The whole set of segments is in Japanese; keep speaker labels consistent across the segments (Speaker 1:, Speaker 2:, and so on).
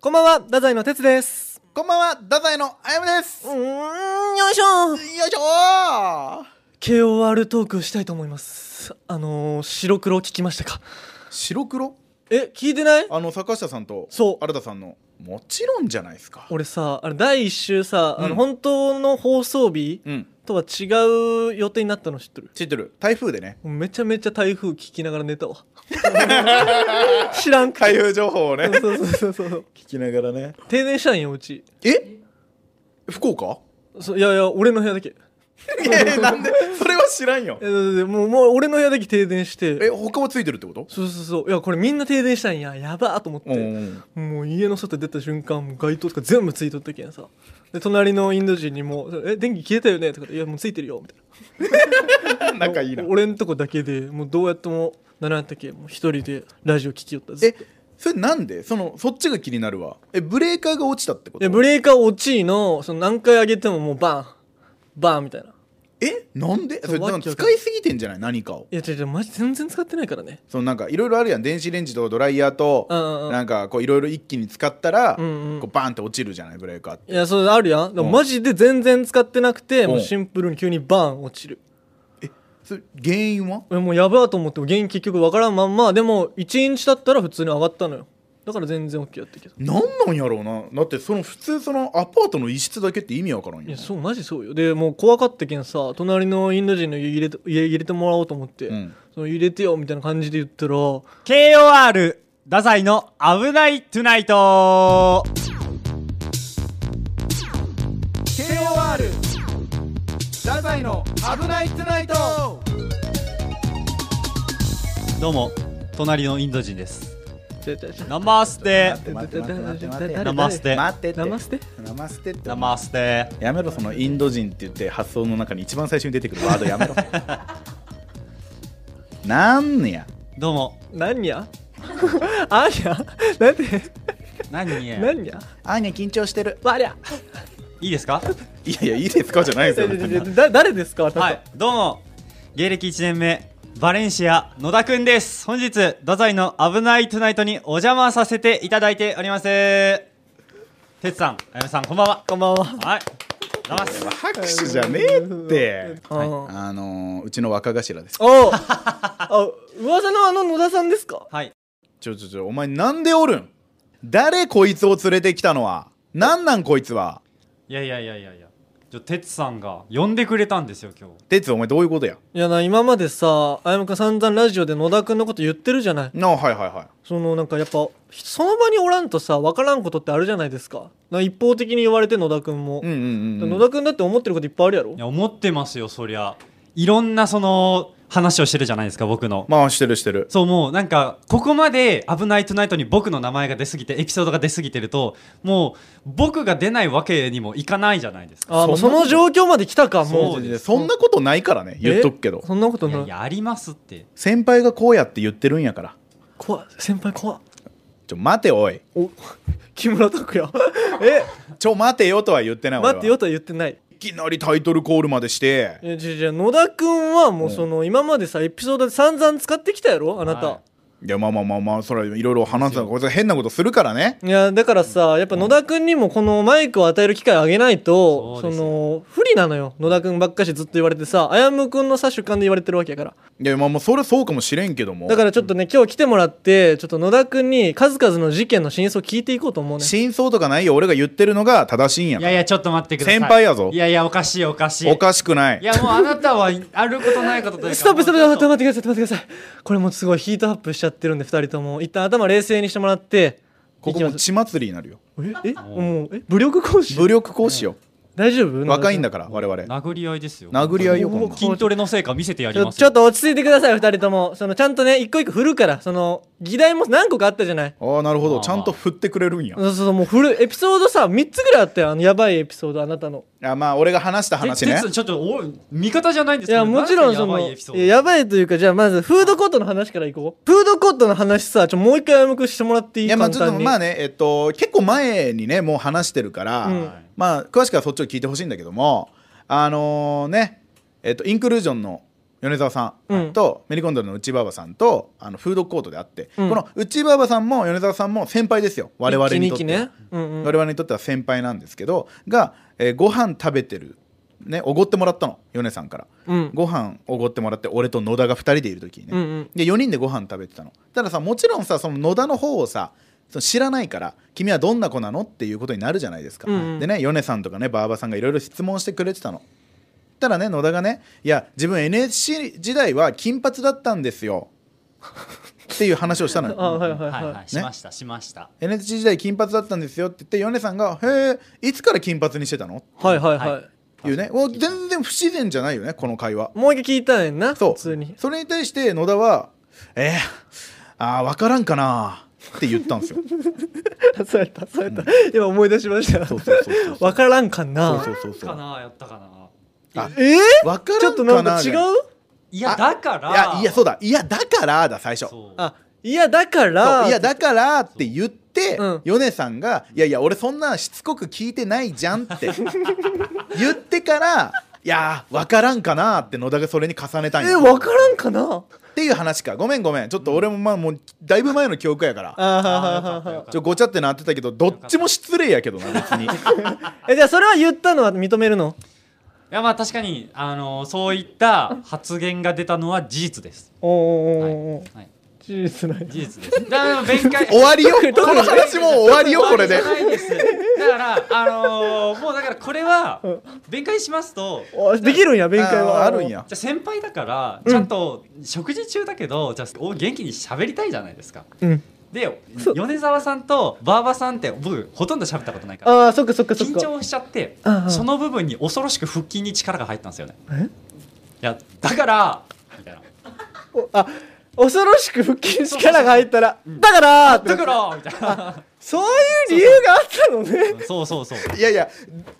Speaker 1: こんばんは、太宰の哲です。
Speaker 2: こんばんは、太宰のあやむです。
Speaker 1: うーん、よいしょ
Speaker 2: よいしょー
Speaker 1: !KOR トークしたいと思います。あのー、白黒聞きましたか
Speaker 2: 白黒
Speaker 1: え、聞いてない
Speaker 2: あの、坂下さんと、
Speaker 1: そう
Speaker 2: 新田さんの、もちろんじゃないですか。
Speaker 1: 俺さ、あれ第一週さ、あ
Speaker 2: う
Speaker 1: の
Speaker 2: ん
Speaker 1: 本当の放送日
Speaker 2: うん。
Speaker 1: とは違う予定になったの知ってる
Speaker 2: 知ってる。台風でね。
Speaker 1: めちゃめちゃ台風聞きながら寝た わ。知らんか
Speaker 2: 台風情報をね。
Speaker 1: そうそうそうそう。
Speaker 2: 聞きながらね。
Speaker 1: 停電したんよ、うち。
Speaker 2: え福岡
Speaker 1: そういやいや、俺の部屋だけ。
Speaker 2: え、なんでそれは知らんよ
Speaker 1: え。だってもう、もう俺の部屋だけ停電して。
Speaker 2: え、他はついてるってこと
Speaker 1: そうそうそう。いや、これみんな停電したんや。やばーと思って。
Speaker 2: うん。
Speaker 1: もう家の外出た瞬間もう街灯とか全部ついとったけんさで隣のインド人にも「え電気消えたよね?」とか「いやもうついてるよ」みたい
Speaker 2: 仲いい
Speaker 1: な
Speaker 2: な。
Speaker 1: 俺んとこだけでもうどうやってもならんやったけんもう一人でラジオ聞きよったずっ
Speaker 2: え
Speaker 1: と、
Speaker 2: それなんでその、そっちが気になるわ。え、ブレーカーが落ちたってこ
Speaker 1: いや
Speaker 2: と
Speaker 1: ブレーカー落ちいのその何回上げてももうバンバンみたいな
Speaker 2: えなんでそれ
Speaker 1: わけ
Speaker 2: な
Speaker 1: わ
Speaker 2: ん
Speaker 1: か
Speaker 2: か
Speaker 1: んない
Speaker 2: 使いすぎてんじゃない何かを。
Speaker 1: いや違う違うマジ全然使ってないからね
Speaker 2: そのなんかいろいろあるやん電子レンジとドライヤーと
Speaker 1: うんうんうん
Speaker 2: なんかこういろいろ一気に使ったら
Speaker 1: う
Speaker 2: こ
Speaker 1: んうん
Speaker 2: うバーンって落ちるじゃないブレーカーって
Speaker 1: いやそれあるやんでも
Speaker 2: うん
Speaker 1: マジで全然使ってなくてもううんシンプルに急にバン落ちる
Speaker 2: それ原因はい
Speaker 1: やもうやばーと思っても原因結局わからんまんまでも1日だったら普通に上がったのよだから全然 OK やったけど
Speaker 2: なんなんやろうなだってその普通そのアパートの一室だけって意味わからん
Speaker 1: い
Speaker 2: よ
Speaker 1: やそうマジそうよでもう怖かったけんさ隣のインド人の家入れて家入れてもらおうと思って、
Speaker 2: うん
Speaker 1: その入れてよみたいな感じで言ったら
Speaker 3: KOR 太宰の危ないトゥナイト
Speaker 2: KOR 太宰の「危ないトゥナイト
Speaker 3: どうも隣のインド人です
Speaker 1: ちょちょちょ
Speaker 3: ナマス テ
Speaker 2: 待って待って待って待って
Speaker 1: 誰
Speaker 3: ナマステ
Speaker 2: 待ってって
Speaker 1: ナマステ
Speaker 2: ナマステって
Speaker 3: ナマステ
Speaker 2: やめろそのインド人って言って発想の中に一番最初に出てくるワードや めろなんや
Speaker 3: どうも
Speaker 1: 何や あにゃ なんて
Speaker 3: 何
Speaker 1: 何や
Speaker 2: あいね緊張してる
Speaker 1: わりゃ
Speaker 3: いいです か
Speaker 2: いやいやいいですかじゃないですよ別に
Speaker 1: だ 誰ですかあなた
Speaker 3: はいどうも芸歴1年目バレンシア野田くんです本日太宰の危ないトゥナイトにお邪魔させていただいておりますてつさんあやめさんこんばんは
Speaker 1: こんばんは
Speaker 3: はいナマステ
Speaker 2: 拍手じゃねえって
Speaker 1: はい
Speaker 2: あのーうちの若頭です
Speaker 1: おうあ噂のあの野田さんですか
Speaker 3: はい
Speaker 2: ちょちょちょお前なんでおるん誰こいつを連れてきたのはなんなんこいつはい
Speaker 3: やいやいやいやいやじゃてつさんが呼んでくれたんですよ今日
Speaker 2: 哲お前どういうことや
Speaker 1: いやな今までさあやむくん散々ラジオで野田くんのこと言ってるじゃない
Speaker 2: なあはいはいは
Speaker 1: そのなんかやっぱその場におらんとさ分からんことってあるじゃないですかな一方的に言われて野田くんも、
Speaker 2: いうんうんうん
Speaker 1: 野田くんだって思ってることいっぱいあるやろ
Speaker 3: いや思ってますよそりゃいろんなその話をしてるじゃないですか僕の、
Speaker 2: まあしてるしてる
Speaker 3: そうもうなんかここまで「危ないトゥナイト」に僕の名前が出すぎてエピソードが出すぎてるともう僕が出ないわけにもいかないじゃないですか
Speaker 1: あーもうそ
Speaker 2: そんな
Speaker 1: の状況まで来たかも
Speaker 3: そうです
Speaker 2: そんなことないからね言っとくけど
Speaker 1: えそんなこと
Speaker 3: い
Speaker 1: ない
Speaker 3: やいやありますって
Speaker 2: 先輩がこうやって言ってるんやから
Speaker 1: 怖い先輩怖い
Speaker 2: ちょ待ておい
Speaker 1: お 木村拓哉え
Speaker 2: ちょ待てよとは言ってない俺は
Speaker 1: 待ってよとは言ってない
Speaker 2: いきなりタイトルコールまでして
Speaker 1: えじゃじゃ野田くんはもうその今までさエピソードで散々使ってきたやろあなた、
Speaker 3: はい
Speaker 2: いやまあまあまあまあそれはいろいろ話すのがこいつ変なことするからね
Speaker 1: いやだからさやっぱ野田君にもこのマイクを与える機会をあげないと
Speaker 3: そ
Speaker 1: そう
Speaker 3: ですよ
Speaker 1: の不利なのよ野田君ばっかしずっと言われてさあやむ君のさ主観で言われてるわけやから
Speaker 2: いやまあまあそれそうかもしれんけども
Speaker 1: だからちょっとね今日来てもらってちょっと野田君に数々の事件の真相を聞いていこうと思うね
Speaker 2: 真相とかないよ俺が言ってるのが正しいんや
Speaker 3: いやいやちょっと待ってください
Speaker 2: 先輩やぞ
Speaker 3: いやいやおかしいおかしい
Speaker 2: おかしくない
Speaker 3: いやもうあなたはあることないことというか
Speaker 1: ストップストップ
Speaker 3: もう
Speaker 1: 待
Speaker 3: ちょっ
Speaker 1: って待ってください待ってくださいこれもうすごいヒートアップしちゃってるんで2人とも一旦頭冷静にしてもらって
Speaker 2: ここ
Speaker 1: い
Speaker 2: も
Speaker 1: きます
Speaker 2: 血祭りになるよ
Speaker 1: ええもうえ武力行使
Speaker 2: 武力行使よ
Speaker 1: 大丈夫
Speaker 2: 若いんだ
Speaker 1: か
Speaker 2: から我々
Speaker 3: 殴り合いですよ
Speaker 2: 殴り合いよこん
Speaker 1: お
Speaker 2: な
Speaker 1: ー
Speaker 3: 筋トレの成果見せてや
Speaker 1: ち
Speaker 3: り
Speaker 1: ょ
Speaker 3: ます
Speaker 1: ちょ
Speaker 3: よ
Speaker 1: っと落ち着いてください2人ともそのちゃんとね一個一個振るからその議題も何個かあったじゃない
Speaker 2: ああなるほ
Speaker 3: まあま
Speaker 2: ど
Speaker 3: あ
Speaker 2: ちゃんと振ってくれるんや
Speaker 1: そうそうそうもう古いエピソードさ3つぐらいあったよあのやばいエピソードあなたの
Speaker 2: あまあ俺が話した
Speaker 3: て
Speaker 2: 話
Speaker 3: て
Speaker 2: ね
Speaker 3: つちょっとお味方じゃないんです
Speaker 1: い
Speaker 3: けど
Speaker 1: やもちろんその
Speaker 3: な
Speaker 1: いや
Speaker 3: んかやばいエピソード
Speaker 1: やばいというかじゃあまずフードコートの話からいこうフードコートの話さちょもう一回暗黙してもらっていい
Speaker 2: いやまあ
Speaker 1: 簡
Speaker 2: ちょっ
Speaker 1: 単
Speaker 2: と
Speaker 1: に
Speaker 2: まあねえっと結構前にねもう話してるから、
Speaker 1: うん
Speaker 2: まあ詳しくはそっちを聞いてほしいんだけどもあのねえっとインクルージョンの米沢さ
Speaker 1: うん
Speaker 2: んと、メリコンドルの内馬場さんとあのフードコートで会って、
Speaker 1: うん
Speaker 2: この内馬場さんも米沢さんも先輩ですよ我々にとって
Speaker 1: 一
Speaker 2: は
Speaker 1: 日ねうんうん
Speaker 2: 我々にとっては先輩なんですけどが、えーご飯食べてるねおごってもらったの米さんから、
Speaker 1: うん
Speaker 2: ご飯おごってもらって俺と野田が2人でいる時にね、
Speaker 1: うんうん
Speaker 2: で4人でご飯食べてたのたださもちろんさその野田の方をさその知らないから君はどんな子なのっていうことになるじゃないですか、
Speaker 1: うんうん
Speaker 2: でね米さんとかねバーバさんがいろいろ質問してくれてたのたらね野田がね「いや自分 NSC 時代は金髪だったんですよ」っていう話をしたの よ
Speaker 1: あはいはい
Speaker 3: はい
Speaker 1: は
Speaker 3: はいいしましたしました
Speaker 2: NSC 時代金髪だったんですよって言って米さんが「へえいつから金髪にしてたの?」
Speaker 1: はいはいは
Speaker 3: はい
Speaker 2: っていうねお全然不自然じゃないよねこの会話
Speaker 1: もう一回聞いたんやんな
Speaker 2: そう
Speaker 1: 普通に
Speaker 2: それに対して野田は「えー、あー分からんかな」って言ったんですよ
Speaker 1: そうやったそうやった今思い出しました
Speaker 2: そうそうそうそう
Speaker 1: わからんかな
Speaker 2: そうそうそう
Speaker 3: かなやったかな
Speaker 2: あ
Speaker 1: えー
Speaker 2: 分からんかな
Speaker 1: ちょっとなんか違う
Speaker 2: じゃない
Speaker 3: い
Speaker 2: あ
Speaker 3: やだから
Speaker 2: いやいやそうだいやだからだ最初
Speaker 3: そう
Speaker 1: あいやだから
Speaker 2: そういやだからって言っ
Speaker 1: うん
Speaker 2: て、ヨネさんが「いやいや俺そんなしつこく聞いてないじゃん」って 言ってから「いやー分からんかな」って野田がそれに重ねたん
Speaker 1: え
Speaker 2: や
Speaker 1: わからんかな
Speaker 2: っていう話かごめんごめんちょっと俺もまあもうだいぶ前の記憶やから
Speaker 1: あ
Speaker 3: あーよかったよ
Speaker 1: ー
Speaker 3: かった
Speaker 2: ちょごちゃってなってたけどどっちも失礼やけどな別 に
Speaker 1: えじゃあそれは言ったのは認めるの
Speaker 3: いやまあ確かに、あのそういった発言が出たのは事実です。
Speaker 1: おーおー
Speaker 3: はい
Speaker 1: おーおー
Speaker 3: はい、
Speaker 1: 事実ない
Speaker 3: 事実です。だから弁 解
Speaker 2: 終わりよこの話もう終わりよこれで
Speaker 3: 終わりじゃないですだからあのもうだからこれは弁解しますと。
Speaker 1: あできるんや弁解は
Speaker 2: あーあるんや
Speaker 3: じゃあ先輩だからちゃんと食事中だけど、じゃあお元気に喋りたいじゃないですか
Speaker 1: うん
Speaker 3: で
Speaker 1: そう
Speaker 3: 米沢さんと馬場さんって僕ほとんど喋ったことないから
Speaker 1: ああそっかそっかそっ
Speaker 3: 緊
Speaker 1: か
Speaker 3: 張しちゃって
Speaker 1: うんうん
Speaker 3: その部分に恐ろしく腹筋に力が入ったんですよね
Speaker 1: え
Speaker 3: いやだからみたいな
Speaker 1: おあ恐ろしく腹筋に力が入ったらだからーって
Speaker 3: だからみたいな
Speaker 1: そういう理由があったのね
Speaker 3: そうそうそう
Speaker 2: いやいや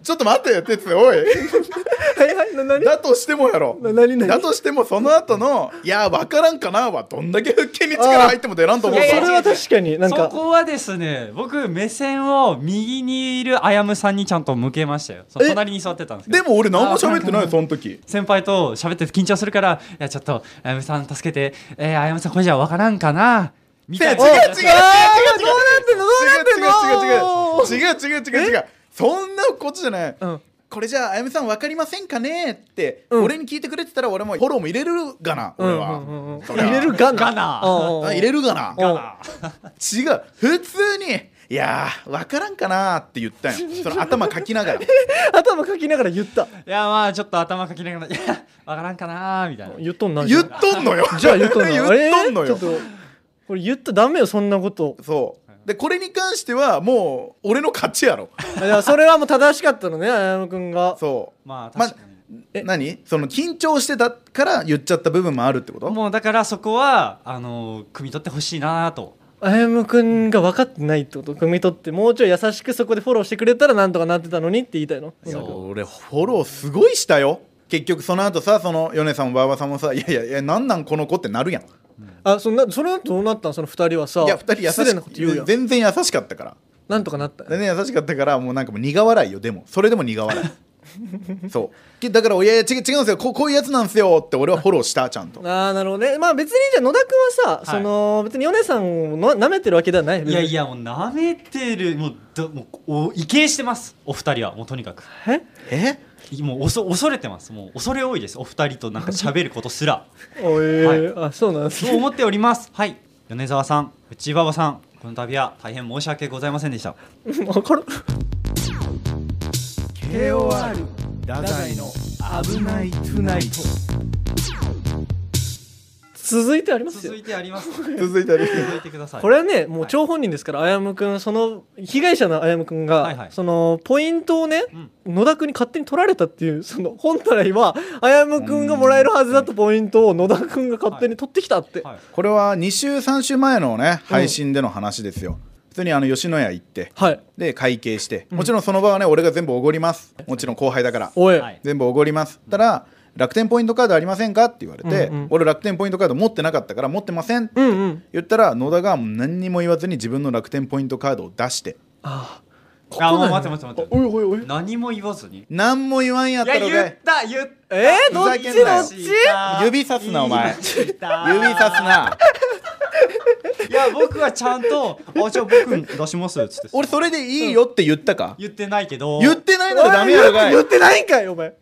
Speaker 2: ちょっと待ってよ哲也おい
Speaker 1: はいはいな何
Speaker 2: だとしてもやろ
Speaker 1: な何何
Speaker 2: だとしてもその後の「いや分からんかな」はどんだけ腹筋に力入っても出らんと
Speaker 1: そ
Speaker 2: 思
Speaker 1: れ
Speaker 2: う
Speaker 3: いやいや
Speaker 2: ぞ
Speaker 1: は確かになん
Speaker 3: そ
Speaker 1: か
Speaker 3: こはですね僕目線を右にいるあやむさんにちゃんと向けましたよそう
Speaker 2: え
Speaker 3: 隣に座ってたんですけ
Speaker 2: で
Speaker 3: ど
Speaker 2: も俺何も喋ってないよその時
Speaker 3: 先輩と喋ってて緊張するから「いやちょっとあやむさん助けて、えー、あやむさんこれじゃ分からんかな」みたいな
Speaker 2: 違う違う違う違う違う違う違う違う違う違う違う違う違う違うそんなことじゃない、
Speaker 1: うん
Speaker 2: これじゃああやめさん分かりませんかねって、
Speaker 1: うん
Speaker 2: 俺に聞いてくれてたら俺もフォローも入れるがな俺は、
Speaker 1: うんうんうんうん
Speaker 2: そりゃ
Speaker 1: 入れるガナ
Speaker 3: ガナ
Speaker 1: うんうんうん
Speaker 2: あ入れるがな
Speaker 1: うん
Speaker 2: 違う普通に「いやー分からんかな」って言ったんよその頭かきながら
Speaker 1: 頭かきながら言った
Speaker 3: いやまあちょっと頭かきながら「い や分からんかな」みたいな
Speaker 1: 言っとんな
Speaker 2: 言っとんのよ
Speaker 1: じゃあ言っとんの
Speaker 2: 言
Speaker 1: よ
Speaker 2: っとんの
Speaker 1: あれちょ
Speaker 2: よ
Speaker 1: っとこれ言ったらダメよそんなこと
Speaker 2: そうでこれに関してはもう俺の勝ち やろ
Speaker 1: いやそれはもう正しかったのねあやむくんが
Speaker 2: そう
Speaker 3: まあ
Speaker 2: ま
Speaker 3: 確かに、
Speaker 1: え
Speaker 2: 何その緊張してたから言っちゃった部分もあるってこと
Speaker 3: もうだからそこはあの汲み取ってほしいなと
Speaker 1: あやむくんが分かってないってこと汲み取ってもうちょい優しくそこでフォローしてくれたらなんとかなってたのにって言いたいの
Speaker 3: そう
Speaker 2: 俺フォローすごいしたよ結局その後さその米さんも馬場さんもさ「いやいやいやなんなんこの子」ってなるやんい
Speaker 1: あそんなそれはどうなったんその二人はさ
Speaker 2: や2人優
Speaker 1: 失礼なこと言う
Speaker 2: し
Speaker 1: や
Speaker 2: く
Speaker 1: ん
Speaker 2: 全然優しかったから
Speaker 1: なんとかなったよ
Speaker 2: 全然優しかったからもうなんかもう苦笑いよでもそれでも苦笑 いそうけだから「いやいや違う違うんですよこうこういうやつなんですよ」って俺はフォローしたちゃんと
Speaker 1: ああなるほどねまあ別にじゃあ野田くんはさ、
Speaker 3: はい
Speaker 1: その別に米さんをの舐めてるわけではない
Speaker 3: いやいやもう舐めてるもうどもうお畏敬してますお二人はもうとにかく
Speaker 1: え
Speaker 2: え
Speaker 3: いもうおそ恐れてますもう恐れ多いですお二人となんか喋ることすら
Speaker 1: おえーあそうなんです
Speaker 3: そ う思っておりますはい米沢さん内馬場さんこの度は大変申し訳ございませんでした
Speaker 1: 分かる
Speaker 2: KOR ダザイの「危ないトゥナイト
Speaker 1: 続いてありますよ
Speaker 3: 続いてあります」
Speaker 2: 続いてある
Speaker 3: 続いてください
Speaker 1: これはねもう
Speaker 3: はい
Speaker 1: 張本人ですから、あやむくんその被害者のあやむくんが、
Speaker 3: はいはい
Speaker 1: そのポイントをね、
Speaker 3: うん
Speaker 1: 野田くんに勝手に取られたっていうその本体はあやむくんがもらえるはずだったポイントを野田くんが勝手に取ってきたって、
Speaker 3: はい
Speaker 2: これは2週3週前のね配信での話ですよ、普通にあの吉野家行って
Speaker 1: はい
Speaker 2: で会計して、もちろんその場はね俺が全部おごりますもちろん後輩だから
Speaker 1: おい、
Speaker 3: はい
Speaker 2: 全部おごりますたら楽天ポイントカードありませんかって言われて、
Speaker 1: うんうん
Speaker 2: 俺楽天ポイントカード持ってなかったから持ってませんって
Speaker 1: うんうん
Speaker 2: 言ったら野田がもう何にも言わずに自分の楽天ポイントカードを出して
Speaker 1: ああ
Speaker 3: あもう待って待って待って
Speaker 1: おいおいおい
Speaker 3: 何も言わずにい
Speaker 2: 何も言わんやった
Speaker 3: や
Speaker 2: ろ
Speaker 3: 言
Speaker 2: が
Speaker 3: っ
Speaker 2: い
Speaker 3: た言っ
Speaker 1: えー、
Speaker 2: ふ
Speaker 1: どっ
Speaker 2: ざ
Speaker 1: ち
Speaker 2: けんなよ
Speaker 1: ど
Speaker 3: た
Speaker 1: っち
Speaker 2: 指さすなお前
Speaker 3: 指
Speaker 2: 指さすな
Speaker 3: いや僕はちゃんと「あじゃあ僕出します」っつって
Speaker 2: 俺それでいいよって言ったか
Speaker 3: 言ってないけど
Speaker 2: 言ってないならダメやろがい
Speaker 1: 言ってないんかいお前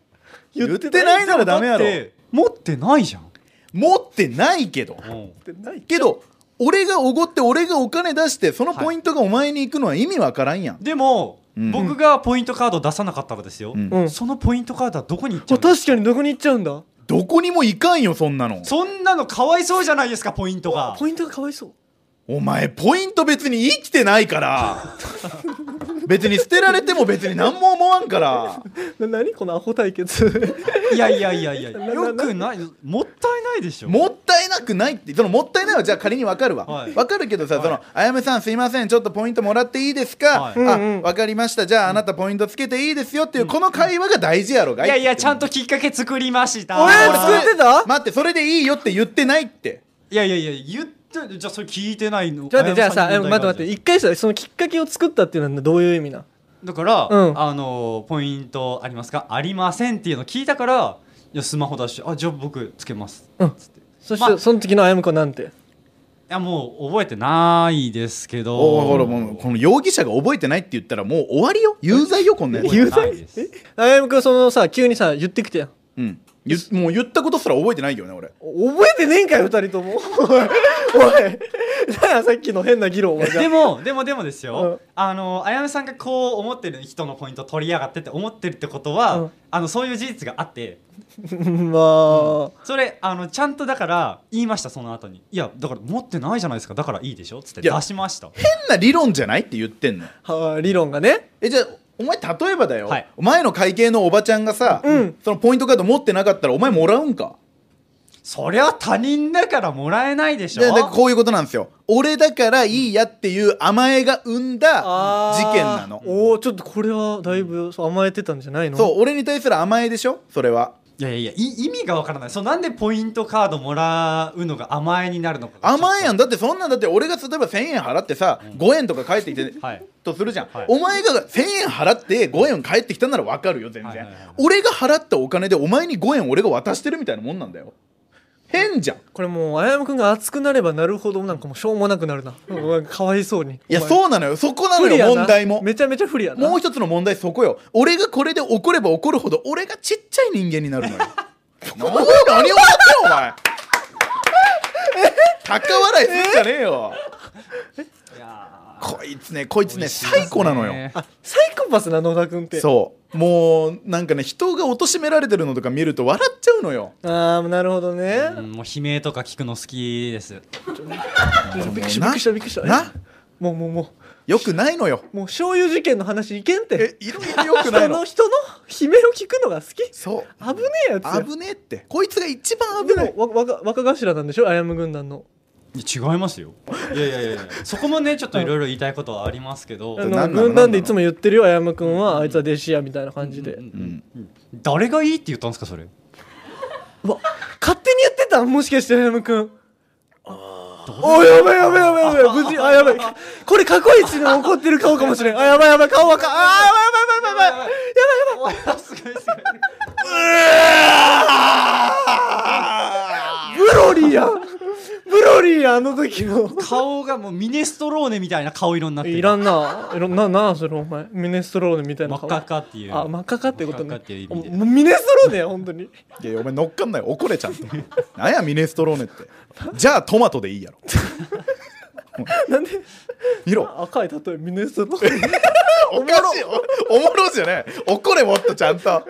Speaker 2: 言ってないならダメやろ
Speaker 3: だって持ってないじゃん、
Speaker 2: 持ってないけど
Speaker 1: 言ってない
Speaker 2: けど俺がおごって俺がお金出してそのポイントがお前に行くのは意味わからんやん、
Speaker 3: でも、
Speaker 2: うん
Speaker 3: 僕がポイントカード出さなかったらですよ、
Speaker 2: うん
Speaker 1: うん
Speaker 3: そのポイントカードはどこに行っちゃ
Speaker 1: あ
Speaker 3: うの
Speaker 1: 確かにどこに行っちゃうんだ
Speaker 2: どこにも行かんよそんなの
Speaker 3: そんなのかわいそうじゃないですかポイントが
Speaker 1: ポイントがかわいそう
Speaker 2: お前ポイント別に生きてないから 別に捨てられても別に何も思わんから
Speaker 1: な何このアホ対決
Speaker 3: いやいやいやいや
Speaker 1: な
Speaker 3: よくないもったいないでしょ
Speaker 2: もったいなくないってそのもったいないはじゃあ仮にわかるわ、
Speaker 3: はい
Speaker 2: わかるけどさ、
Speaker 3: はい
Speaker 2: そのあやめさんすいませんちょっとポイントもらっていいですか、
Speaker 3: はい
Speaker 1: うんう
Speaker 2: あ
Speaker 1: ん
Speaker 2: わかりましたじゃああなたポイントつけていいですよっていうこの会話が大事やろが
Speaker 3: いやいやちゃ
Speaker 2: と
Speaker 3: んときっかけ作りました
Speaker 1: 俺
Speaker 2: 俺
Speaker 1: 作ってた
Speaker 2: 待ってそれでいいよって言ってないって
Speaker 3: いやいやいや言ってじゃあそれ聞いてないの
Speaker 1: ちょっと待ってじゃあさ
Speaker 3: 綾
Speaker 1: え
Speaker 3: 野
Speaker 1: 待
Speaker 3: に
Speaker 1: って
Speaker 3: 問題がある
Speaker 1: 待って一回さそのきっかけを作ったっていうのはどういう意味な
Speaker 3: だから、
Speaker 1: うん
Speaker 3: あのポイントありますかありませんっていうの聞いたからいやスマホ出してあじゃあ僕つけます、
Speaker 1: うん
Speaker 3: つってい
Speaker 1: そして、
Speaker 3: まあ
Speaker 1: その時のあやむ子なんて
Speaker 3: やもう覚えてないですけど
Speaker 2: おおほらもうこの容疑者が覚えてないって言ったらもう終わり よ有罪よこんなやつ
Speaker 3: 覚え
Speaker 1: 有
Speaker 3: てない
Speaker 1: 罪
Speaker 3: です
Speaker 1: えあやむくんそのさ急にさ言ってきてやん
Speaker 2: うんゆもう言ったことすら覚えてないよね俺
Speaker 1: お覚えてねえんかよ二人ともおいおい何やさっきの変な議論お前が
Speaker 3: でもでもでもですよ、
Speaker 1: うん
Speaker 3: あのあやめさんがこう思ってる人のポイント取りやがってって思ってるってことは、
Speaker 1: うん
Speaker 3: あのそういう事実があって
Speaker 1: うんま
Speaker 3: それあのちゃんとだから言いましたその後にいやだから持ってないじゃないですかだからいいでしょつって
Speaker 2: いや
Speaker 3: 出しました
Speaker 2: 変な理論じゃないって言ってんの
Speaker 1: あ、は理論がね
Speaker 2: えじゃあお前例えばだよ、
Speaker 3: はい
Speaker 2: 前の会計のおばちゃんがさ、
Speaker 1: うん
Speaker 2: そのポイントカード持ってなかったらお前もらうんか
Speaker 3: そりゃ他人だからもらえないでしょ
Speaker 2: ででこういうことなんですよ俺だからいいやっていう甘えが生んだ事件なの
Speaker 1: おおちょっとこれはだいぶそう甘えてたんじゃないの
Speaker 2: そう俺に対する甘えでしょそれはい
Speaker 3: やいやいやい意味がわからないそうなんでポイントカードもらうのが甘えになるのかが
Speaker 2: 甘えやんだってそんなんだって俺が例えば1000円払ってさ、5円とか返ってきて、
Speaker 3: はい
Speaker 2: とするじゃん、
Speaker 3: はい
Speaker 2: お前が1000円払って5円返ってきたなら分かるよ全然、
Speaker 3: はいはいはい
Speaker 2: 俺が払ったお金でお前に5円俺が渡してるみたいなもんなんだよ変じゃん
Speaker 1: これもうあやむくんが熱くなればなるほどなんかもうしょうもなくなるなうんかわいそうに
Speaker 2: いや
Speaker 1: う
Speaker 2: そうなのよそこなのよ問題も
Speaker 1: めちゃめちゃ不利やな
Speaker 2: もう一つの問題そこよ俺がこれで怒れば怒るほど俺がちっちゃい人間になる のよ何を何をやってんのお前 高笑いすんじゃねえよ
Speaker 3: いや
Speaker 2: こいつねこいつ
Speaker 3: 美
Speaker 2: ね
Speaker 3: 味しいですね
Speaker 2: 最高なのよ
Speaker 1: あサイコパスな野田くんって
Speaker 2: そうもうなんかね人が貶められてるのとか見ると笑っちゃうのよ
Speaker 1: ああなるほどね
Speaker 3: ーうんもう悲鳴とか聞くの好きです
Speaker 1: びっくりしたびっくりしたびっくりした
Speaker 2: な
Speaker 1: もうもうも
Speaker 2: よくないのよ
Speaker 1: うもう醤油事件の話いけんって
Speaker 2: えいろいろよくな
Speaker 1: 人
Speaker 2: いの
Speaker 1: の人の悲鳴を聞くのが好き
Speaker 2: そう
Speaker 1: 危ねえやつや
Speaker 2: 危ねえってこいつが一番
Speaker 1: で
Speaker 2: 危ない
Speaker 1: もわ若若頭なんでしょあやむ軍団の
Speaker 3: いや違いますよいやいやいやいやそこもねちょっといろいろ言いたいことはありますけど
Speaker 1: あ
Speaker 2: 何
Speaker 1: の
Speaker 2: なの何なの
Speaker 1: 軍団でいつも言ってるよあやむくんはあいつは弟子やみたいな感じで、
Speaker 3: うんうんうん誰がいいって言ったんですかそれ
Speaker 1: うわ勝手に言ってたもしかしてあやむくんおやばいやばいやばいやばい無事あやばいこれ過去一の怒ってる顔かもしれんあやばいやばい顔はかあやばいやばいやばいやばいやばい
Speaker 3: おいすごいすごいう
Speaker 2: わ
Speaker 1: ブロリーやんブロリーやんあの時の
Speaker 3: 顔がもうミネストローネみたいな顔色になってる
Speaker 1: いらんないろんななあそれお前ミネストローネみたいな
Speaker 3: 真っ
Speaker 1: 顔
Speaker 3: 赤っかっていう
Speaker 1: あ真っ赤かってこと
Speaker 3: 真っ
Speaker 1: ね
Speaker 3: 赤っかっていう意味で
Speaker 1: おもうミネストローネや本当に
Speaker 2: ーいやお前乗っかんない怒れちゃんとなんやミネストローネってじゃあトマトでいいやろ
Speaker 1: なんで
Speaker 2: 見ろ
Speaker 1: 赤い例えミネストローネ
Speaker 2: おかしいおおもろじゃない怒れもっとちゃんと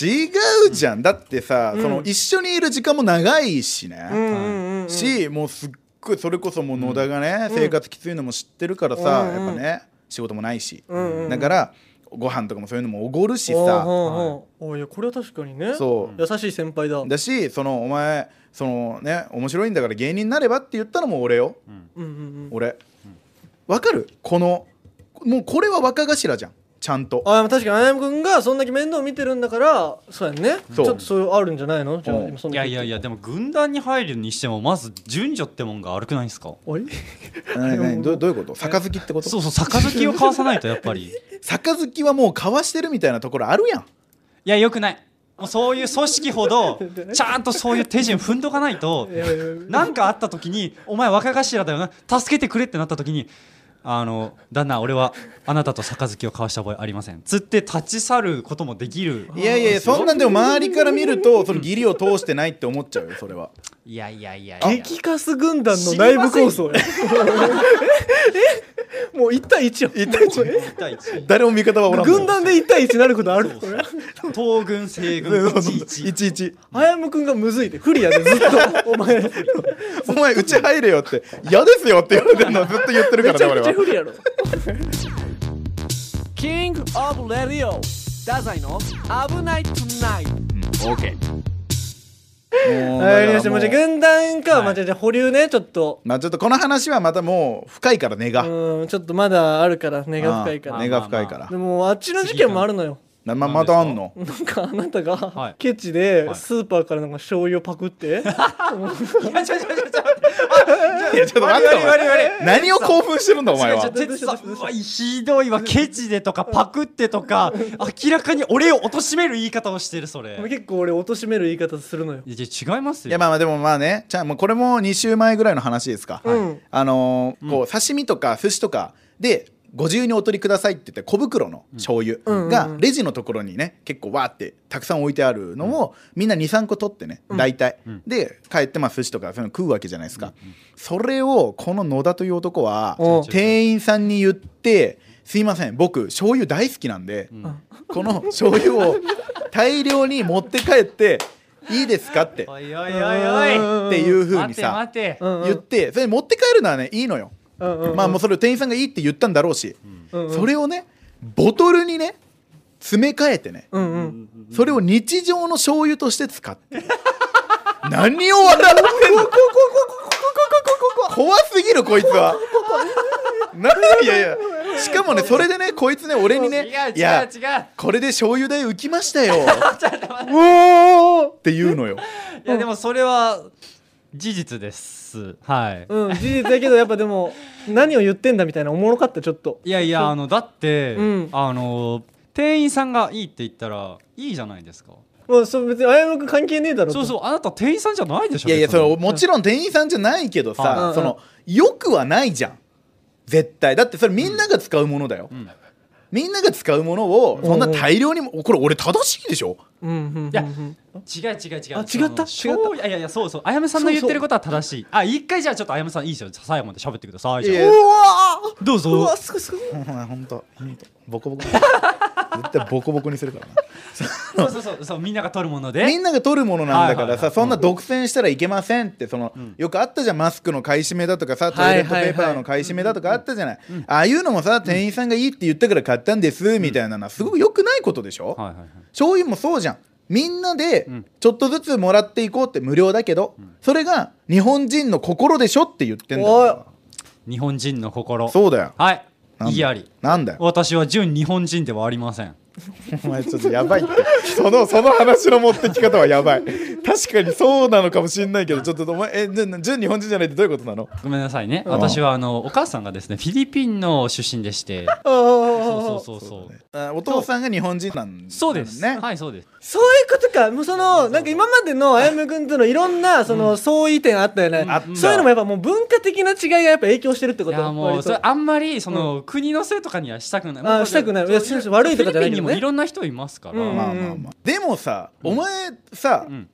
Speaker 2: 違うじゃんだってさ、その一緒にいる時間も長いしね、
Speaker 1: うんうんうん
Speaker 2: しもうすっごいそれこそもう野田がね、生活きついのも知ってるからさ、
Speaker 1: うんうん
Speaker 2: やっぱね仕事もないし、
Speaker 1: んうんうん
Speaker 2: だからご飯とかもそういうのもおごるし
Speaker 1: おう
Speaker 2: さ
Speaker 1: おうおうおういやこれは確かにね
Speaker 2: そう
Speaker 1: 優しい先輩だうん
Speaker 2: だしそのお前そのね面白いんだから芸人になればって言ったのも俺よ
Speaker 1: うんうん
Speaker 2: 俺わかるこのもうこれは若頭じゃんちゃんと
Speaker 1: あでも確かにあやむくんがそんだけ面倒見てるんだからそうやんね
Speaker 2: そう
Speaker 1: ちょっとそういうあるんじゃないのじゃあ
Speaker 2: うん
Speaker 1: 今そん
Speaker 3: い
Speaker 1: な
Speaker 3: やいやいやでも軍団に入るにしてもまず順序ってもんが悪くないですか
Speaker 1: おい
Speaker 2: 何何どうどういうこと杯ってこと
Speaker 3: そうそう杯を交わさないとやっぱりい
Speaker 2: 杯はもう交わしてるみたいなところあるやん
Speaker 3: やよくないもうそういう組織ほどちゃんとそういう手順踏んどかないと
Speaker 1: いやいやいや
Speaker 3: なんかあった時に「お前若頭だよな助けてくれ」ってなった時に「あの旦那俺はあなたと杯を交わした覚えありません」つって立ち去ることもできる
Speaker 2: いやいやいやそんなんでも周りから見るとその義理を通してないって思っちゃうよそれはい
Speaker 3: やいやいやいや
Speaker 1: 激カス軍団の内部構想 やええもう1対1やん
Speaker 3: 一対一
Speaker 2: 誰も味方はおらんも ん
Speaker 1: 軍団で1対1になることある
Speaker 3: 東軍西軍
Speaker 2: そうそう そう い
Speaker 3: 11
Speaker 2: ちいち
Speaker 1: あやむくんがむずいで不利やで ずっとお前めち
Speaker 2: 「お前うち入れよ」って「嫌ですよ」って言われてるのずっと言ってるからね
Speaker 1: ゃ
Speaker 2: 俺
Speaker 1: くちゃ
Speaker 2: は
Speaker 1: 不利や ろキングオブレディオ太宰の危ないトゥナイト
Speaker 2: オーケーもう
Speaker 1: わかりましたもうじゃあ
Speaker 2: だからも
Speaker 1: 軍
Speaker 2: う
Speaker 1: 団か、
Speaker 3: はい
Speaker 1: まあじゃあじゃあ保留ねちょっと
Speaker 2: まあちょっとこの話はまたもう深いから根が
Speaker 1: うんちょっとまだあるから根が深いから
Speaker 2: ああ根が深いから
Speaker 1: でもあっちの事件もあるのよ
Speaker 2: なままたあんの
Speaker 1: なんかあなたが、
Speaker 3: はい
Speaker 1: ケチで
Speaker 3: はい
Speaker 1: スーパーからなんか醤油をパクって、
Speaker 3: いやちょちょちょちょ
Speaker 2: いやちょっと待ってお
Speaker 3: 悪い悪い悪い
Speaker 2: 前何を興奮してるんだお前
Speaker 3: 違う違
Speaker 2: は
Speaker 3: う哲さんうわひどいわケチでとかパクってとか明らかに俺を貶める言い方をしてるそれ
Speaker 1: 結構俺貶としめる言い方するのよ
Speaker 3: いや違います
Speaker 2: い
Speaker 3: よ
Speaker 2: やまあまあでもまあねじゃあもうこれも2週前ぐらいの話ですか、
Speaker 1: うん
Speaker 2: あのーこう刺身とか寿司とかでご自由にお取りくださいって言って小袋の醤油
Speaker 1: うんうんうんう
Speaker 2: が
Speaker 1: ん
Speaker 2: レジのところにね結構わーってたくさん置いてあるのをみんな23個取ってね大体
Speaker 3: うん
Speaker 2: で帰ってまあ寿司とかそういうの食うわけじゃないですかそれをこの野田という男は
Speaker 1: うん
Speaker 2: 店員さんに言って「すいません僕醤油大好きなんで
Speaker 3: ん
Speaker 2: この醤油を大量に持って帰っていいですか?」って
Speaker 3: おいおいおいおい
Speaker 2: っていう風に
Speaker 3: 待て
Speaker 2: さ
Speaker 3: 待て
Speaker 1: うんうん
Speaker 2: 言ってそれ持って帰るのはねいいのよ
Speaker 1: うんうんうん
Speaker 2: まあもうそれを店員さんがいいって言ったんだろうし
Speaker 1: うんうん
Speaker 2: それをねボトルにね詰め替えてね
Speaker 1: うんうん
Speaker 2: それを日常の醤油として使って何を笑ってんの怖すぎるこいつは何いやいやしかもねそれでねこいつね俺にね
Speaker 3: 違う違う違う
Speaker 2: いやこれで醤油代浮きましたよ
Speaker 1: うおー
Speaker 2: って言うのよ
Speaker 3: いやでもそれは事実ですはい、
Speaker 1: うん事実だけどやっぱでも何を言ってんだみたいなおもろかったちょっと
Speaker 3: いやいやあのだって、
Speaker 1: うん
Speaker 3: あの店員さんがいいって言ったらいいじゃないですか
Speaker 1: もうそう別にあやむくん関係ねえだろと
Speaker 3: そうそうあなた店員さんじゃないでしょ
Speaker 2: いやいや
Speaker 3: 別に
Speaker 2: それもちろん店員さんじゃないけど
Speaker 3: うん
Speaker 1: うんう
Speaker 2: さ
Speaker 1: ん
Speaker 2: そのよくはないじゃん絶対だってそれみんなが使うものだよ、
Speaker 3: ん
Speaker 2: みんなが使うものをそんな大量にもこれ俺正しいでしょ
Speaker 1: うんうんうんうん
Speaker 3: いや違う違う違う
Speaker 1: あ違った
Speaker 3: その
Speaker 1: 違った
Speaker 3: そういやいやいやそうそうあやめさんの言ってることは正しいあ一回じゃあちょっとあやめさんいいですよ最後まで喋ってくださいじゃあ
Speaker 2: いや
Speaker 1: う
Speaker 2: いや
Speaker 1: わ
Speaker 3: どう
Speaker 1: ーう
Speaker 3: ぞ
Speaker 1: わすごいすごい
Speaker 2: 本当本当ボコボコ絶対ボコボコにするからな
Speaker 3: そうそうそうそうみんなが取るもので
Speaker 2: みんなが取るものなんだか
Speaker 3: はい
Speaker 2: ら
Speaker 3: はいは
Speaker 2: さ
Speaker 3: い
Speaker 2: そんな独占したらいけませんってそのよくあったじゃんマスクの買い占めだとかさトイレットペーパーの買い占めだとかあったじゃないああいうのもさ店員さんがいいって言ったから買ったんですみたいなのはすごく良くないことでしょ
Speaker 3: はいはいはい
Speaker 2: 醤油もそうじゃんみんなで
Speaker 3: ん
Speaker 2: ちょっとずつもらっていこうって無料だけど、それが日本人の心でしょって言ってんだ
Speaker 1: おい
Speaker 2: よ
Speaker 3: 日本人の心
Speaker 2: そうだよ
Speaker 3: はい
Speaker 2: なんだ
Speaker 3: 意義あり
Speaker 2: なんだよ
Speaker 3: 私は純日本人ではありません
Speaker 2: お前ちょっとやばいってそのその話の持ってき方はや ばい確かにそうなのかもしんないけどちょっとお前えじゃ純日本人じゃないってどういうことなの
Speaker 3: ごめんなさいね
Speaker 2: ん
Speaker 3: 私はあのお母さんがですねフィリピンの出身でして
Speaker 1: あー
Speaker 3: そうそうそうそう
Speaker 2: あお父さんが日本人なん
Speaker 3: そうです
Speaker 2: ね、
Speaker 3: はいそうです
Speaker 1: そういうことかもうそのなんか今までのあやむくんとのいろんなその相違点あったよね
Speaker 2: あった
Speaker 1: そういうのもやっぱもう文化的な違いがやっぱ影響してるって
Speaker 3: い
Speaker 1: こと
Speaker 3: やもう
Speaker 1: 割と
Speaker 3: それあんまりその、国のせいとかにはしたくないもうこれ
Speaker 1: したくないいや
Speaker 3: そう
Speaker 1: そう悪いとかじゃない
Speaker 3: フィリ
Speaker 1: けどね
Speaker 3: ピンにもいろんな人いますから、
Speaker 1: うん
Speaker 2: まあまあまあでもさお前さ、
Speaker 3: うん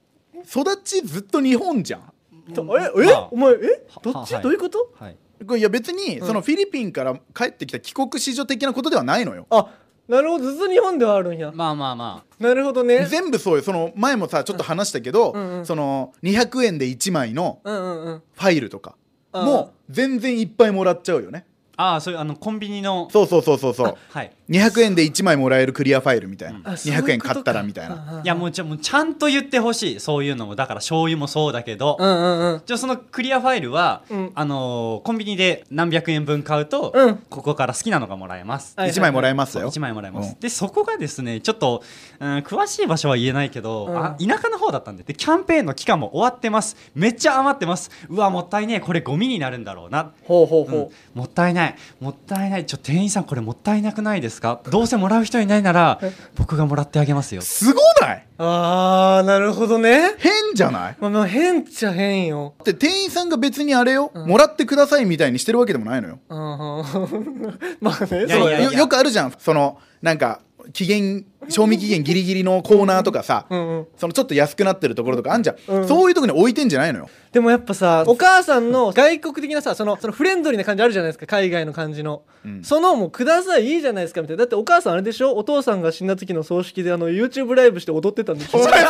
Speaker 2: 育ちずっと日本じゃん
Speaker 1: ええ、
Speaker 3: まあ
Speaker 1: お前えどっち、
Speaker 3: はい
Speaker 1: どういうこと
Speaker 3: はい
Speaker 2: これいや別にそのフィリピンから帰ってきた帰国子女的なことではないのよ
Speaker 1: あなるほどずっと日本ではあるんや
Speaker 3: まあまあまあ
Speaker 1: なるほどね
Speaker 2: 全部そうよその前もさちょっと話したけど、
Speaker 1: うんうん
Speaker 2: その200円で1枚の
Speaker 1: うんうんうん
Speaker 2: ファイルとか
Speaker 1: あー
Speaker 2: もう全然いっぱいもらっちゃうよね
Speaker 3: ああそういうあのコンビニの
Speaker 2: そうそうそうそうそう
Speaker 3: はい
Speaker 2: 200円で1枚もらえるクリアファイルみたいな、
Speaker 1: あそういう
Speaker 2: 200円
Speaker 1: ことか
Speaker 2: 買ったらみたいな
Speaker 1: ああ
Speaker 3: いやもうちゃもうちゃんと言ってほしいそういうのもだから醤油もそうだけど、
Speaker 1: うんうんうん
Speaker 3: じゃあそのクリアファイルは、
Speaker 1: うん
Speaker 3: あのーコンビニで何百円分買うと、
Speaker 1: うん
Speaker 3: ここから好きなのがもらえます、
Speaker 1: はい
Speaker 2: 1枚もらえます
Speaker 3: そう
Speaker 2: よ
Speaker 3: 1枚もらえます、
Speaker 2: うん
Speaker 3: でそこがですねちょっと、うん、詳しい場所は言えないけど、
Speaker 1: うん
Speaker 3: あ田舎の方だったんででキャンペーンの期間も終わってますめっちゃ余ってますうわもったいねえこれゴミになるんだろうな
Speaker 1: ほうほう
Speaker 3: うん
Speaker 1: ほ
Speaker 3: もったいないもったいないちょ店員さんこれもったいなくないですかどうせもらう人いないなら僕がもらってあげますよ
Speaker 2: すごないう
Speaker 1: ああなるほどね
Speaker 2: 変じゃない
Speaker 1: まあまあ変っちゃ変よ
Speaker 2: だって店員さんが別にあれよ、
Speaker 1: うん
Speaker 2: もらってくださいみたいにしてるわけでもないのよ
Speaker 1: うん まあねそう
Speaker 3: いやいや
Speaker 1: だよ
Speaker 2: よよくあるじゃんそのなんか期限賞味期限ギリギリのコーナーとかさ、
Speaker 1: うんうん
Speaker 2: そのちょっと安くなってるところとかあんじゃん、
Speaker 1: うん
Speaker 2: そういうとこに置いてんじゃないのよ
Speaker 1: でもやっぱさお母さんの外国的なさそのそのフレンドリーな感じあるじゃないですか海外の感じの、
Speaker 2: うん
Speaker 1: そのもう「くださいいいじゃないですか」みたいなだってお母さんあれでしょお父さんが死んだ時の葬式であの YouTube ライブして踊ってたんでしょ
Speaker 2: その話するん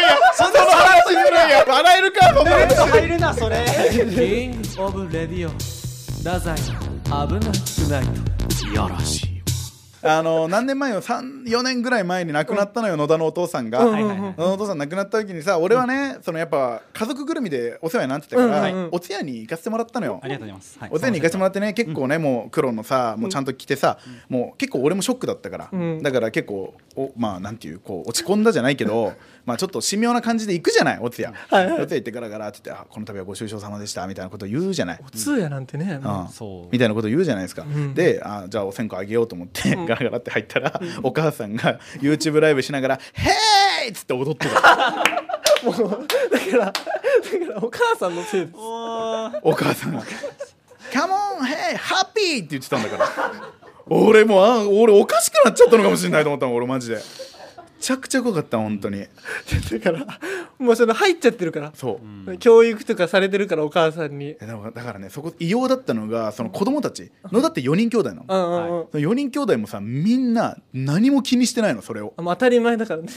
Speaker 2: やその話するんや笑えるかそんな話
Speaker 3: 入るなそれ
Speaker 1: キングオブレディオ太宰危なくない
Speaker 2: あの何年前よ34年ぐらい前に亡くなったのよ、野田のお父さんが、
Speaker 1: うんうん
Speaker 3: はいはいはい
Speaker 2: 野田のお父さん亡くなった時にさ俺はね、そのやっぱ家族ぐるみでお世話になってたから、
Speaker 1: うんうんうん
Speaker 2: お通夜に行かせてもらったのよ
Speaker 3: ありがとうございます、はい
Speaker 2: お世話に行かせてもらってね結構ね、もう黒のさもうちゃんと着てさ、もう結構俺もショックだったから、
Speaker 1: うん
Speaker 2: だから結構おまあなんていうこう落ち込んだじゃないけど まあちょっと神妙な感じで行くじゃないお通夜、
Speaker 1: はいはい
Speaker 2: お通夜行ってガラガラって言ってあ「この度はご愁傷様でした」みたいなこと言うじゃない。
Speaker 1: お通夜なんてね、
Speaker 2: うん
Speaker 3: そう
Speaker 2: みたいなこと言うじゃないですか、
Speaker 1: ん
Speaker 2: であじゃあお線香あげようと思って、ガラガラって入ったら、お母さんが YouTube ライブしながら「ヘーイ!」っつって踊ってた
Speaker 1: もうだからだからお母さんのせいです
Speaker 3: おー
Speaker 2: お母さんが「カモンヘイハッピー!」って言ってたんだから俺もうあ俺おかしくなっちゃったのかもしれないと思ったの俺マジでめちゃくちゃ怖かった本当に
Speaker 1: だからもうその入っちゃってるから、
Speaker 2: そう、
Speaker 1: 教育とかされてるからお母さんに
Speaker 2: えだからだからねそこ異様だったのがその子供たちのだって4人兄弟なの、
Speaker 1: うんうんうん、
Speaker 2: その4人兄弟もさみんな何も気にしてないのそれを
Speaker 1: あもう当たり前だからね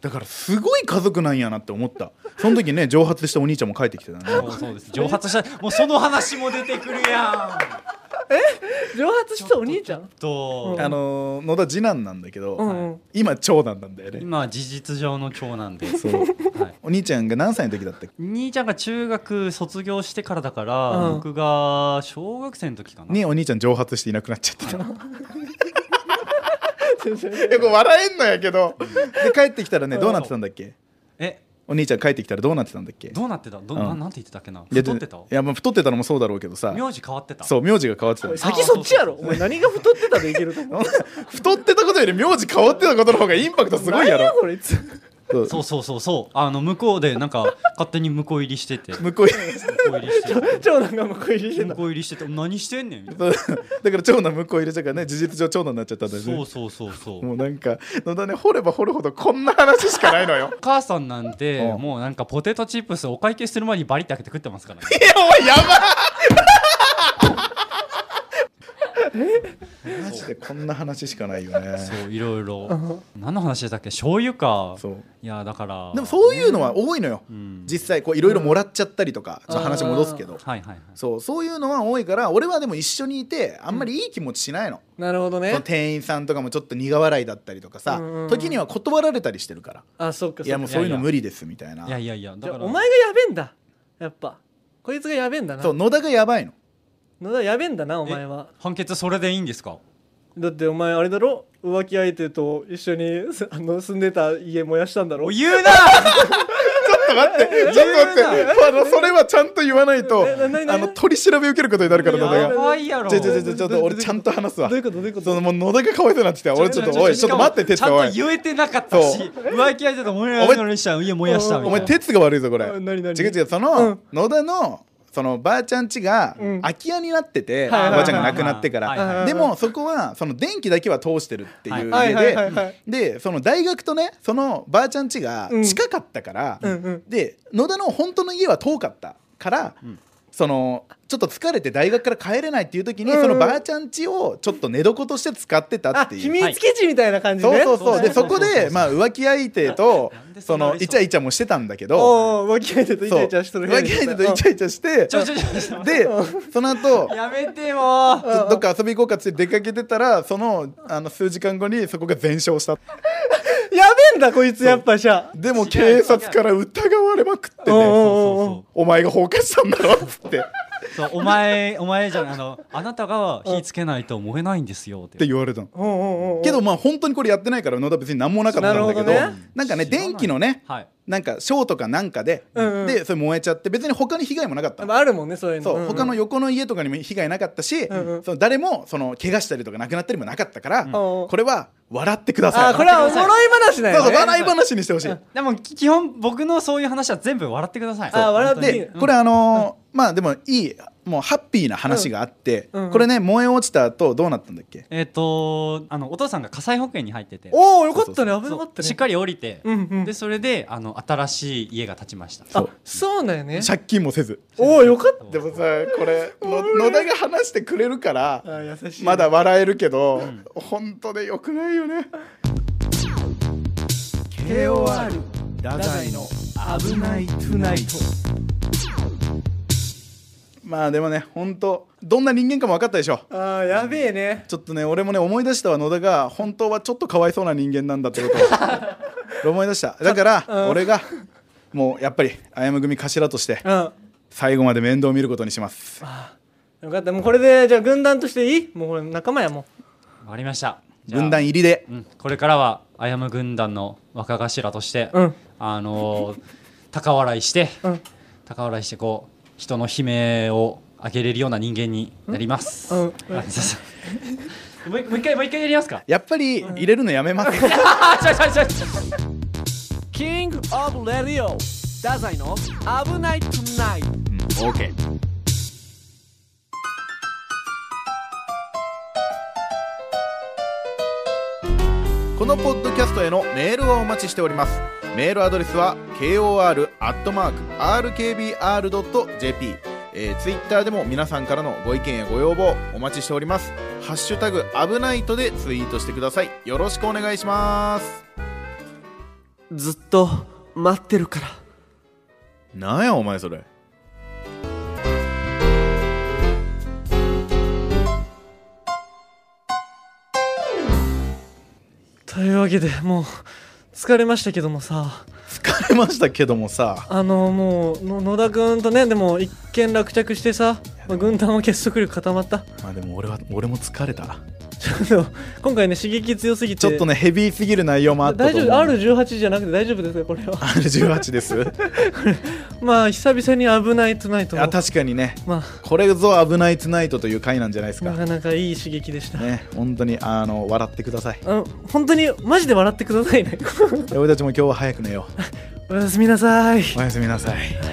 Speaker 2: だからすごい家族なんやなって思ったその時ね蒸発したお兄ちゃんも帰ってきてたね
Speaker 3: そうそうです蒸発したもうその話も出てくるやん
Speaker 1: 蒸発したお兄ちゃん
Speaker 3: と
Speaker 1: うん
Speaker 2: あのー野田次男なんだけど、
Speaker 1: うんうん
Speaker 2: 今長男なんだよね
Speaker 3: 今事実上の長男で
Speaker 2: そ
Speaker 3: す、
Speaker 2: う
Speaker 3: はい、
Speaker 2: お兄ちゃんが何歳の時だったっけ
Speaker 3: 兄ちゃんが中学卒業してからだから、
Speaker 1: うん
Speaker 3: 僕が小学生の時かな、
Speaker 2: にお兄ちゃん蒸発していなくなっちゃってた い
Speaker 1: 全然
Speaker 2: やこれ笑えんのやけどで帰ってきたらねどうなってたんだっけ
Speaker 3: え
Speaker 2: お兄ちゃん帰ってきたらどうなってたんだっけ
Speaker 3: どうなってたど、
Speaker 2: ん
Speaker 3: ななんて言ってたっけな
Speaker 2: で
Speaker 3: 太ってた
Speaker 2: いやまあ太ってたのもそうだろうけどさ
Speaker 3: 名字変わってた
Speaker 2: そう名字が変わってたの
Speaker 1: 先そっちやろお前何が太ってたでいけると思う
Speaker 2: 太ってたことより名字変わってたことの方がインパク トすごいや
Speaker 1: 何や
Speaker 2: ろ
Speaker 1: これいつ
Speaker 2: そう
Speaker 3: そうそうそうそうあの向こうでなんか勝手に向こう入りして て向
Speaker 2: 向こうに
Speaker 3: こう入りし てて
Speaker 1: 長男が向こう入りしてん
Speaker 3: 向
Speaker 1: だ
Speaker 3: こう入りしてて何してんねんみたいな
Speaker 2: そうだから長男向こう入れちゃうからね事実上長男になっちゃったんだよね
Speaker 3: そうそうそうそう
Speaker 2: もうなんか野田ね掘れば掘るほどこんな話しかないのよ
Speaker 3: お母さんなんて
Speaker 2: うん
Speaker 3: もうなんかポテトチップスお会計する前にバリって開けて食ってますからね
Speaker 2: いやおいやばマジでこんな話しかないよね
Speaker 3: そういろいろ何の話でしたっけ醤油か
Speaker 2: そう
Speaker 3: いやだから
Speaker 2: でもそういうのは多いのよ、
Speaker 3: ん
Speaker 2: 実際こういろいろもらっちゃったりとか、ちょっと話戻すけど
Speaker 3: はいはいはい
Speaker 2: そうそういうのは多いから俺はでも一緒にいてあんまりいい気持ちしないの、
Speaker 1: なるほど
Speaker 2: そ
Speaker 1: ね
Speaker 2: の店員さんとかもちょっと苦笑いだったりとかさ、
Speaker 1: うんうんうん
Speaker 2: 時には断られたりしてるから
Speaker 1: あそっか
Speaker 2: いやもう
Speaker 1: そっ
Speaker 2: そういうの無理ですみたいない
Speaker 3: やいやいや
Speaker 1: かじ
Speaker 3: だ
Speaker 1: ゃあ
Speaker 3: から
Speaker 1: お前がやべえんだやっぱこいつがやべえんだな
Speaker 2: そう野田がやばいの
Speaker 1: のだやべえんだなお前は
Speaker 3: 判決それでいいんですか
Speaker 1: だってお前あれだろ浮気相手と一緒にすあ の住んでた家燃やしたんだろ
Speaker 3: お言うな
Speaker 2: ちょっと待って、ちょっと待って、あのそれはちゃんと言わないと、
Speaker 1: えななな
Speaker 2: あの取り調べ受けることになるから、野
Speaker 3: や
Speaker 2: 田が。
Speaker 3: ばいやろ
Speaker 2: ちょちょちょちょちょっと俺ちゃんと話すわ
Speaker 1: どういうことどういうこと
Speaker 2: そのもう野田がかわいそうになってきた俺ちょっと おいちょっと待って
Speaker 3: ち
Speaker 2: 哲
Speaker 3: ゃ
Speaker 2: 也お
Speaker 3: んと
Speaker 2: い
Speaker 3: 言えてなかったし
Speaker 2: そう
Speaker 3: 浮気相手と燃やしたのにした家燃やしたみ
Speaker 2: お
Speaker 3: た
Speaker 2: 前
Speaker 3: いな
Speaker 2: 哲が悪いぞこれ違
Speaker 1: あ
Speaker 2: う
Speaker 1: 何何
Speaker 2: 違うそうの
Speaker 1: ん
Speaker 2: 野田のそのばあちゃん家が
Speaker 1: うん
Speaker 2: 空き家になっててお
Speaker 1: はいはいはい
Speaker 2: ばあちゃんが亡くなってか
Speaker 3: はいはい
Speaker 1: は
Speaker 2: ら
Speaker 1: い
Speaker 2: でもそこはその電気だけは通してるっていう
Speaker 1: はい
Speaker 2: 家
Speaker 1: はいはいはいは
Speaker 2: で
Speaker 1: い
Speaker 2: でその大学とねそのばあちゃん家が近かったから
Speaker 1: うんうん
Speaker 2: で野田の本当の家は遠かったから、そのちょっと疲れて大学から帰れないっていう時に、
Speaker 1: うんうん
Speaker 2: そのばあちゃん家をちょっと寝床として使ってた
Speaker 1: あ
Speaker 2: ってい
Speaker 1: 秘
Speaker 2: う。
Speaker 1: 密基地みたいな感じ
Speaker 2: そう
Speaker 1: ね
Speaker 2: そうそうで
Speaker 3: そ
Speaker 2: そう
Speaker 3: そう
Speaker 2: こ
Speaker 3: そうそう
Speaker 2: でまあ浮気相手と
Speaker 3: なんでそ
Speaker 2: そ
Speaker 3: んなあ
Speaker 2: の
Speaker 3: りそう
Speaker 2: イチャイチャもしてたんだけど
Speaker 1: おうおう浮気相手とイチ
Speaker 2: そ
Speaker 1: ャ
Speaker 2: う浮
Speaker 1: イチャしとる部屋に
Speaker 2: 気相手とイチャイチャして
Speaker 3: ちょちょちょちょ
Speaker 2: でその後
Speaker 3: やめてもう
Speaker 2: どどっか遊び行こうかっつって出かけてたらそのあの数時間後にそこが全焼した
Speaker 1: うんやべえんだこいつやっぱじゃあ
Speaker 2: でも
Speaker 3: 違う
Speaker 2: 警察から疑われまくってて
Speaker 1: 違う
Speaker 3: そ
Speaker 2: お前が放火したんだろっつってっ
Speaker 3: うそうそうそうお前お前じゃないあのあなたが火つけないと燃えないんですよって
Speaker 2: て言われたの
Speaker 1: おうおうおう
Speaker 2: けどまあ本当にこれやってないから野田別に何もなかったんだけど
Speaker 1: なるほど
Speaker 2: なんかね
Speaker 3: 知らない
Speaker 2: 電気のね
Speaker 3: はい
Speaker 2: なんかショートかなんかで、
Speaker 1: うんうん
Speaker 2: でそれ燃えちゃって別に他に被害もなかった
Speaker 1: やっ
Speaker 2: の
Speaker 1: ぱあるもんねそういうの
Speaker 2: そう、
Speaker 1: んん
Speaker 2: 他の横の家とかにも被害なかったし、
Speaker 1: うんうん
Speaker 2: その誰もその怪我したりとか亡くなったりもなかったから、
Speaker 1: んうん
Speaker 2: これは笑ってください
Speaker 1: あーこれはお呪い話だ
Speaker 2: そう
Speaker 1: よ
Speaker 2: そう
Speaker 1: ね
Speaker 2: 笑い話にしてほしい、
Speaker 3: でもき基本僕のそういう話は全部笑ってください
Speaker 1: あ笑っていい
Speaker 3: 本
Speaker 2: でこれあのーまあでもいいもうハッピーな話があって、
Speaker 1: うんうん
Speaker 2: これね燃え落ちた後どうなったんだっけ
Speaker 3: 当にえっ、とあのお父さんが火災保険に入ってて
Speaker 1: おおよかったね
Speaker 3: そう
Speaker 1: 危なかったね
Speaker 3: しっかり降りて、
Speaker 1: うんうん
Speaker 3: でそれであの新しい家が建ちました
Speaker 1: あそうだよね
Speaker 2: 借金もせず
Speaker 1: おおよかった
Speaker 2: でもさ これの野田が話してくれるから
Speaker 1: あー優しい
Speaker 2: まだ笑えるけど、本当でよくないよね
Speaker 1: KOR
Speaker 2: 太
Speaker 1: 宰の危ないトゥナイト
Speaker 2: まあでもね本当どんな人間かも分かったでしょ
Speaker 1: ああやべえね
Speaker 2: ちょっとね俺もね思い出したわ野田が本当はちょっとかわいそうな人間なんだってこと を思い出しただから俺がもうやっぱりあやむ組頭として
Speaker 1: うん
Speaker 2: 最後まで面倒を見ることにします
Speaker 1: よかったもうこれでじゃあ軍団としていいもうこれ仲間やも
Speaker 3: 終わりましたじゃあ
Speaker 2: 分断入りで
Speaker 3: うん、これからはあやむ軍団の若頭として、
Speaker 1: うん
Speaker 3: あのー高笑いして、
Speaker 1: うん
Speaker 3: 高笑いしてこう人の悲鳴を上げれるような人間になります、
Speaker 1: うんうん
Speaker 3: あそうそう もう一もう一回もう一回やりますか
Speaker 2: やっぱり入れるのやめます
Speaker 3: あちょちょちょちょ
Speaker 4: キングオブレディオダザイの危ないトゥナイト
Speaker 2: OK このポッドキャストへのメールはお待ちしておりますメールアドレスは kor.rkbr.jp えー、ツイッターでも皆さんからのご意見やご要望お待ちしております「ハッシュタグ危ないと」でツイートしてくださいよろしくお願いします
Speaker 4: ずっと待ってるから
Speaker 2: なんやお前それ
Speaker 1: というわけでもう疲れましたけどもさ
Speaker 2: 疲れましたけどもさ
Speaker 1: あのもうの野田君とねでも一見落着してさ、まあ、軍団は結束力固まった
Speaker 2: まあでも俺は俺も疲れた
Speaker 1: ちょっと今回ね刺激強すぎて
Speaker 2: ちょっとね、ヘビーすぎる内容もあった
Speaker 1: 大
Speaker 2: と
Speaker 1: 丈
Speaker 2: 思う。
Speaker 1: 夫 R18 じゃなくて大丈夫ですかこれは
Speaker 2: R18 です。
Speaker 1: まあ久々に危ないトゥナイトも
Speaker 2: あ確かにね、
Speaker 1: ま
Speaker 2: これぞ危ないトゥナイトという回なんじゃないです
Speaker 1: あな
Speaker 2: か。
Speaker 1: かなかいい刺激でした、
Speaker 2: ね、本当にあの笑ってください。
Speaker 1: あの本当にマジで笑ってくださいね
Speaker 2: 俺たちも今日は早く寝よ。
Speaker 1: おやすみなさいう
Speaker 2: おやすみなさい。